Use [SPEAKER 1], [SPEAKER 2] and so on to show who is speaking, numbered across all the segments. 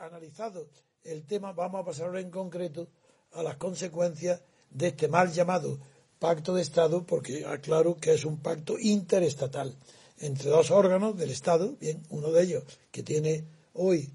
[SPEAKER 1] analizado el tema, vamos a pasar ahora en concreto a las consecuencias de este mal llamado pacto de Estado, porque aclaro que es un pacto interestatal entre dos órganos del Estado, bien, uno de ellos que tiene hoy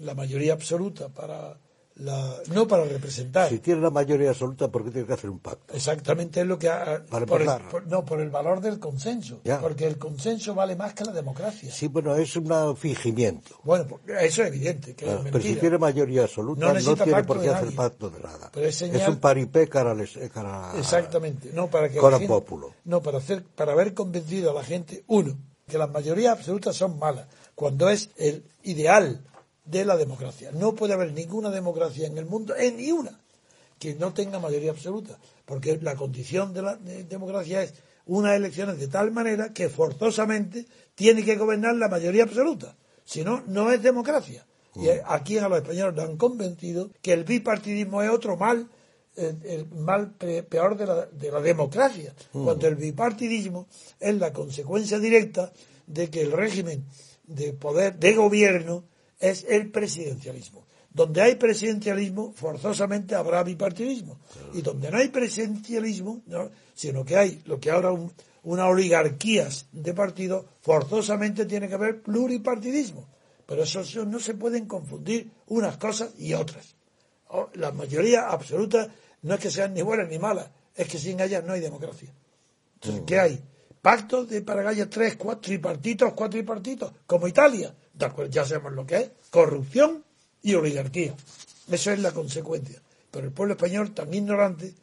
[SPEAKER 1] la mayoría absoluta para la, no para representar,
[SPEAKER 2] Si tiene la mayoría absoluta, ¿por qué tiene que hacer un pacto?
[SPEAKER 1] exactamente es lo que ha,
[SPEAKER 2] Para
[SPEAKER 1] por el-
[SPEAKER 2] empezar.
[SPEAKER 1] por- no por el valor del consenso,
[SPEAKER 2] Ya.
[SPEAKER 1] porque el consenso vale más que la democracia.
[SPEAKER 2] Sí, bueno, es un fingimiento.
[SPEAKER 1] Bueno, pues, eso es evidente, que
[SPEAKER 2] Claro,
[SPEAKER 1] es
[SPEAKER 2] pero si
[SPEAKER 1] mentira.
[SPEAKER 2] tiene mayoría absoluta,
[SPEAKER 1] No
[SPEAKER 2] no,
[SPEAKER 1] necesita
[SPEAKER 2] tiene
[SPEAKER 1] pacto
[SPEAKER 2] por qué
[SPEAKER 1] de
[SPEAKER 2] hacer
[SPEAKER 1] nadie.
[SPEAKER 2] pacto de nada.
[SPEAKER 1] Pero es señal-
[SPEAKER 2] un paripé cara, al es- eh, cara-
[SPEAKER 1] Exactamente. No para que
[SPEAKER 2] Cora
[SPEAKER 1] la gente-
[SPEAKER 2] populo.
[SPEAKER 1] No para hacer, para haber convencido a la gente uno que las mayorías absolutas son malas cuando es el ideal de la democracia. No puede haber ninguna democracia en el mundo, eh, ni una que no tenga mayoría absoluta, porque la condición de la de- democracia es unas elecciones de tal manera que forzosamente tiene que gobernar la mayoría absoluta, si no no es democracia. Y eh, aquí a los españoles nos han convencido que el bipartidismo es otro mal el, el mal pe- peor de la, de la democracia, cuando el bipartidismo es la consecuencia directa de que el régimen de poder, de gobierno, es el presidencialismo. Donde hay presidencialismo, forzosamente habrá bipartidismo. Y donde no hay presidencialismo, no, sino que hay lo que ahora un- una oligarquías de partido, forzosamente tiene que haber pluripartidismo. Pero eso eso no se pueden confundir unas cosas y otras. O- La mayoría absoluta no es que sean ni buenas ni malas, es que sin ellas no hay democracia. Entonces, ¿qué hay? Pactos de paragallas tres, cuatro, tripartitos, cuatro tripartitos, como Italia. De acuerdo, ya sabemos lo que es. Corrupción y oligarquía. Eso es la consecuencia. Pero el pueblo español, tan ignorante,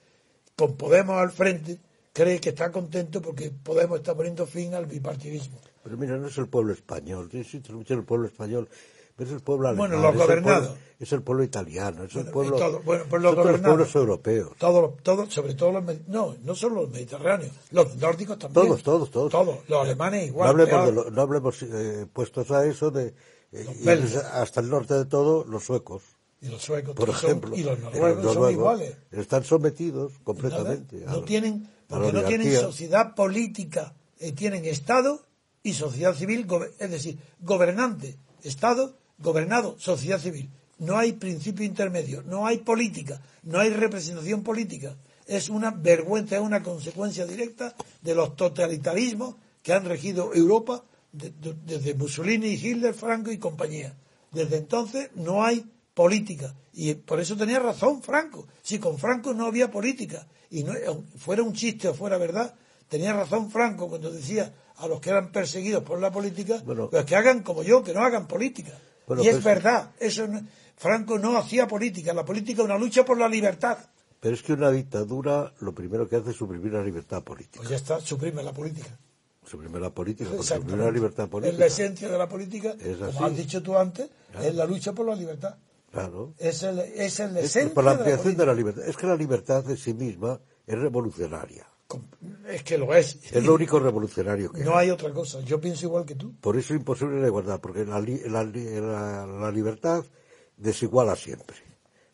[SPEAKER 1] con Podemos al frente, cree que está contento porque Podemos está poniendo fin al bipartidismo.
[SPEAKER 2] Pero mira, no es el pueblo español. Yo insisto mucho en el pueblo español. pero es el pueblo alemán.
[SPEAKER 1] Bueno, los
[SPEAKER 2] es el pueblo-
[SPEAKER 1] gobernados.
[SPEAKER 2] Es el pueblo italiano. Es el
[SPEAKER 1] Bueno, y
[SPEAKER 2] pueblo.
[SPEAKER 1] todo- bueno, pues los
[SPEAKER 2] son todos los
[SPEAKER 1] gobernados.
[SPEAKER 2] pueblos europeos.
[SPEAKER 1] Todos, todos, sobre todo los med- no, no solo los mediterráneos, los nórdicos también.
[SPEAKER 2] Todos, todos, todos.
[SPEAKER 1] los alemanes igual.
[SPEAKER 2] no hablemos,
[SPEAKER 1] peor.
[SPEAKER 2] de lo- no hablemos, eh, puestos a eso de. eh,
[SPEAKER 1] Los
[SPEAKER 2] y
[SPEAKER 1] belgas.
[SPEAKER 2] hasta el norte de todo, los suecos.
[SPEAKER 1] Y los suecos
[SPEAKER 2] por
[SPEAKER 1] todos son-
[SPEAKER 2] ejemplo,
[SPEAKER 1] y los
[SPEAKER 2] en
[SPEAKER 1] noruegos son
[SPEAKER 2] Noruega,
[SPEAKER 1] iguales.
[SPEAKER 2] Están sometidos
[SPEAKER 1] Nada,
[SPEAKER 2] completamente. a
[SPEAKER 1] no
[SPEAKER 2] la-
[SPEAKER 1] tienen,
[SPEAKER 2] a la
[SPEAKER 1] porque no tienen
[SPEAKER 2] oligarquía.
[SPEAKER 1] sociedad política, eh, tienen Estado y sociedad civil, gobe- es decir, gobernante, Estado, gobernado, sociedad civil. No hay principio intermedio, no hay política, no hay representación política. Es una vergüenza, es una consecuencia directa de los totalitarismos que han regido Europa de- de- desde Mussolini, Hitler, Franco y compañía. Desde entonces no hay política. Y por eso tenía razón Franco. Si con Franco no había política, y no, aun- fuera un chiste o fuera verdad, tenía razón Franco cuando decía a los que eran perseguidos por la política,
[SPEAKER 2] Bueno.
[SPEAKER 1] los que hagan como yo, que no hagan política.
[SPEAKER 2] Bueno,
[SPEAKER 1] y es
[SPEAKER 2] pues-
[SPEAKER 1] verdad, eso no- Franco no hacía política, la política es una lucha por la libertad.
[SPEAKER 2] Pero es que una dictadura lo primero que hace es suprimir la libertad política.
[SPEAKER 1] Pues ya está, suprime la política.
[SPEAKER 2] Suprimir la política, porque suprimir
[SPEAKER 1] Exactamente.
[SPEAKER 2] la libertad
[SPEAKER 1] Es la
[SPEAKER 2] política.
[SPEAKER 1] esencia de la política,
[SPEAKER 2] Es así.
[SPEAKER 1] como has dicho tú antes, es la lucha por la libertad.
[SPEAKER 2] Claro.
[SPEAKER 1] Es, el, es el
[SPEAKER 2] Es,
[SPEAKER 1] esencia
[SPEAKER 2] para la
[SPEAKER 1] de la
[SPEAKER 2] ampliación
[SPEAKER 1] política.
[SPEAKER 2] de la libertad. Es que la libertad en sí misma es revolucionaria.
[SPEAKER 1] Com- Es que lo es.
[SPEAKER 2] Es lo único revolucionario que
[SPEAKER 1] No hay otra cosa. Yo pienso igual que tú.
[SPEAKER 2] Por eso es imposible la igualdad, porque la, li- la li- la- la libertad desiguala siempre.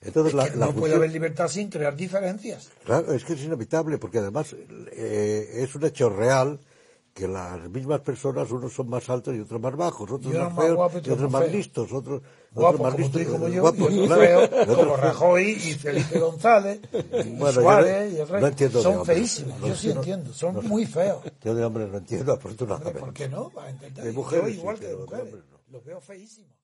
[SPEAKER 2] Entonces la,
[SPEAKER 1] Que
[SPEAKER 2] la
[SPEAKER 1] no puede
[SPEAKER 2] función-
[SPEAKER 1] haber libertad sin crear diferencias.
[SPEAKER 2] Claro, es que es inevitable, porque además eh, es un hecho real que las mismas personas, unos son más altos y otros más bajos, otros
[SPEAKER 1] Y uno
[SPEAKER 2] más
[SPEAKER 1] más
[SPEAKER 2] feos
[SPEAKER 1] guapo y
[SPEAKER 2] y
[SPEAKER 1] otro
[SPEAKER 2] otros
[SPEAKER 1] más
[SPEAKER 2] más
[SPEAKER 1] feo.
[SPEAKER 2] listos, otros,
[SPEAKER 1] Guapos
[SPEAKER 2] otros más
[SPEAKER 1] como tú y
[SPEAKER 2] listos,
[SPEAKER 1] como
[SPEAKER 2] eh,
[SPEAKER 1] yo,
[SPEAKER 2] guapos,
[SPEAKER 1] y
[SPEAKER 2] claro,
[SPEAKER 1] feos
[SPEAKER 2] y otros
[SPEAKER 1] como
[SPEAKER 2] feos.
[SPEAKER 1] Rajoy y Felipe González, y
[SPEAKER 2] Bueno, yo
[SPEAKER 1] Suárez
[SPEAKER 2] no-
[SPEAKER 1] y el resto.
[SPEAKER 2] no entiendo de
[SPEAKER 1] son
[SPEAKER 2] hombres.
[SPEAKER 1] feísimos,
[SPEAKER 2] No
[SPEAKER 1] yo
[SPEAKER 2] sé,
[SPEAKER 1] sí
[SPEAKER 2] no-
[SPEAKER 1] entiendo, son
[SPEAKER 2] no sé.
[SPEAKER 1] muy feos.
[SPEAKER 2] Yo de hombre no entiendo,
[SPEAKER 1] Hombre,
[SPEAKER 2] afortunadamente.
[SPEAKER 1] ¿Por qué no? Va a intentar.
[SPEAKER 2] De
[SPEAKER 1] Yo
[SPEAKER 2] mujeres sí,
[SPEAKER 1] igual que de
[SPEAKER 2] pero de
[SPEAKER 1] mujeres,
[SPEAKER 2] hombres no.
[SPEAKER 1] los veo feísimos.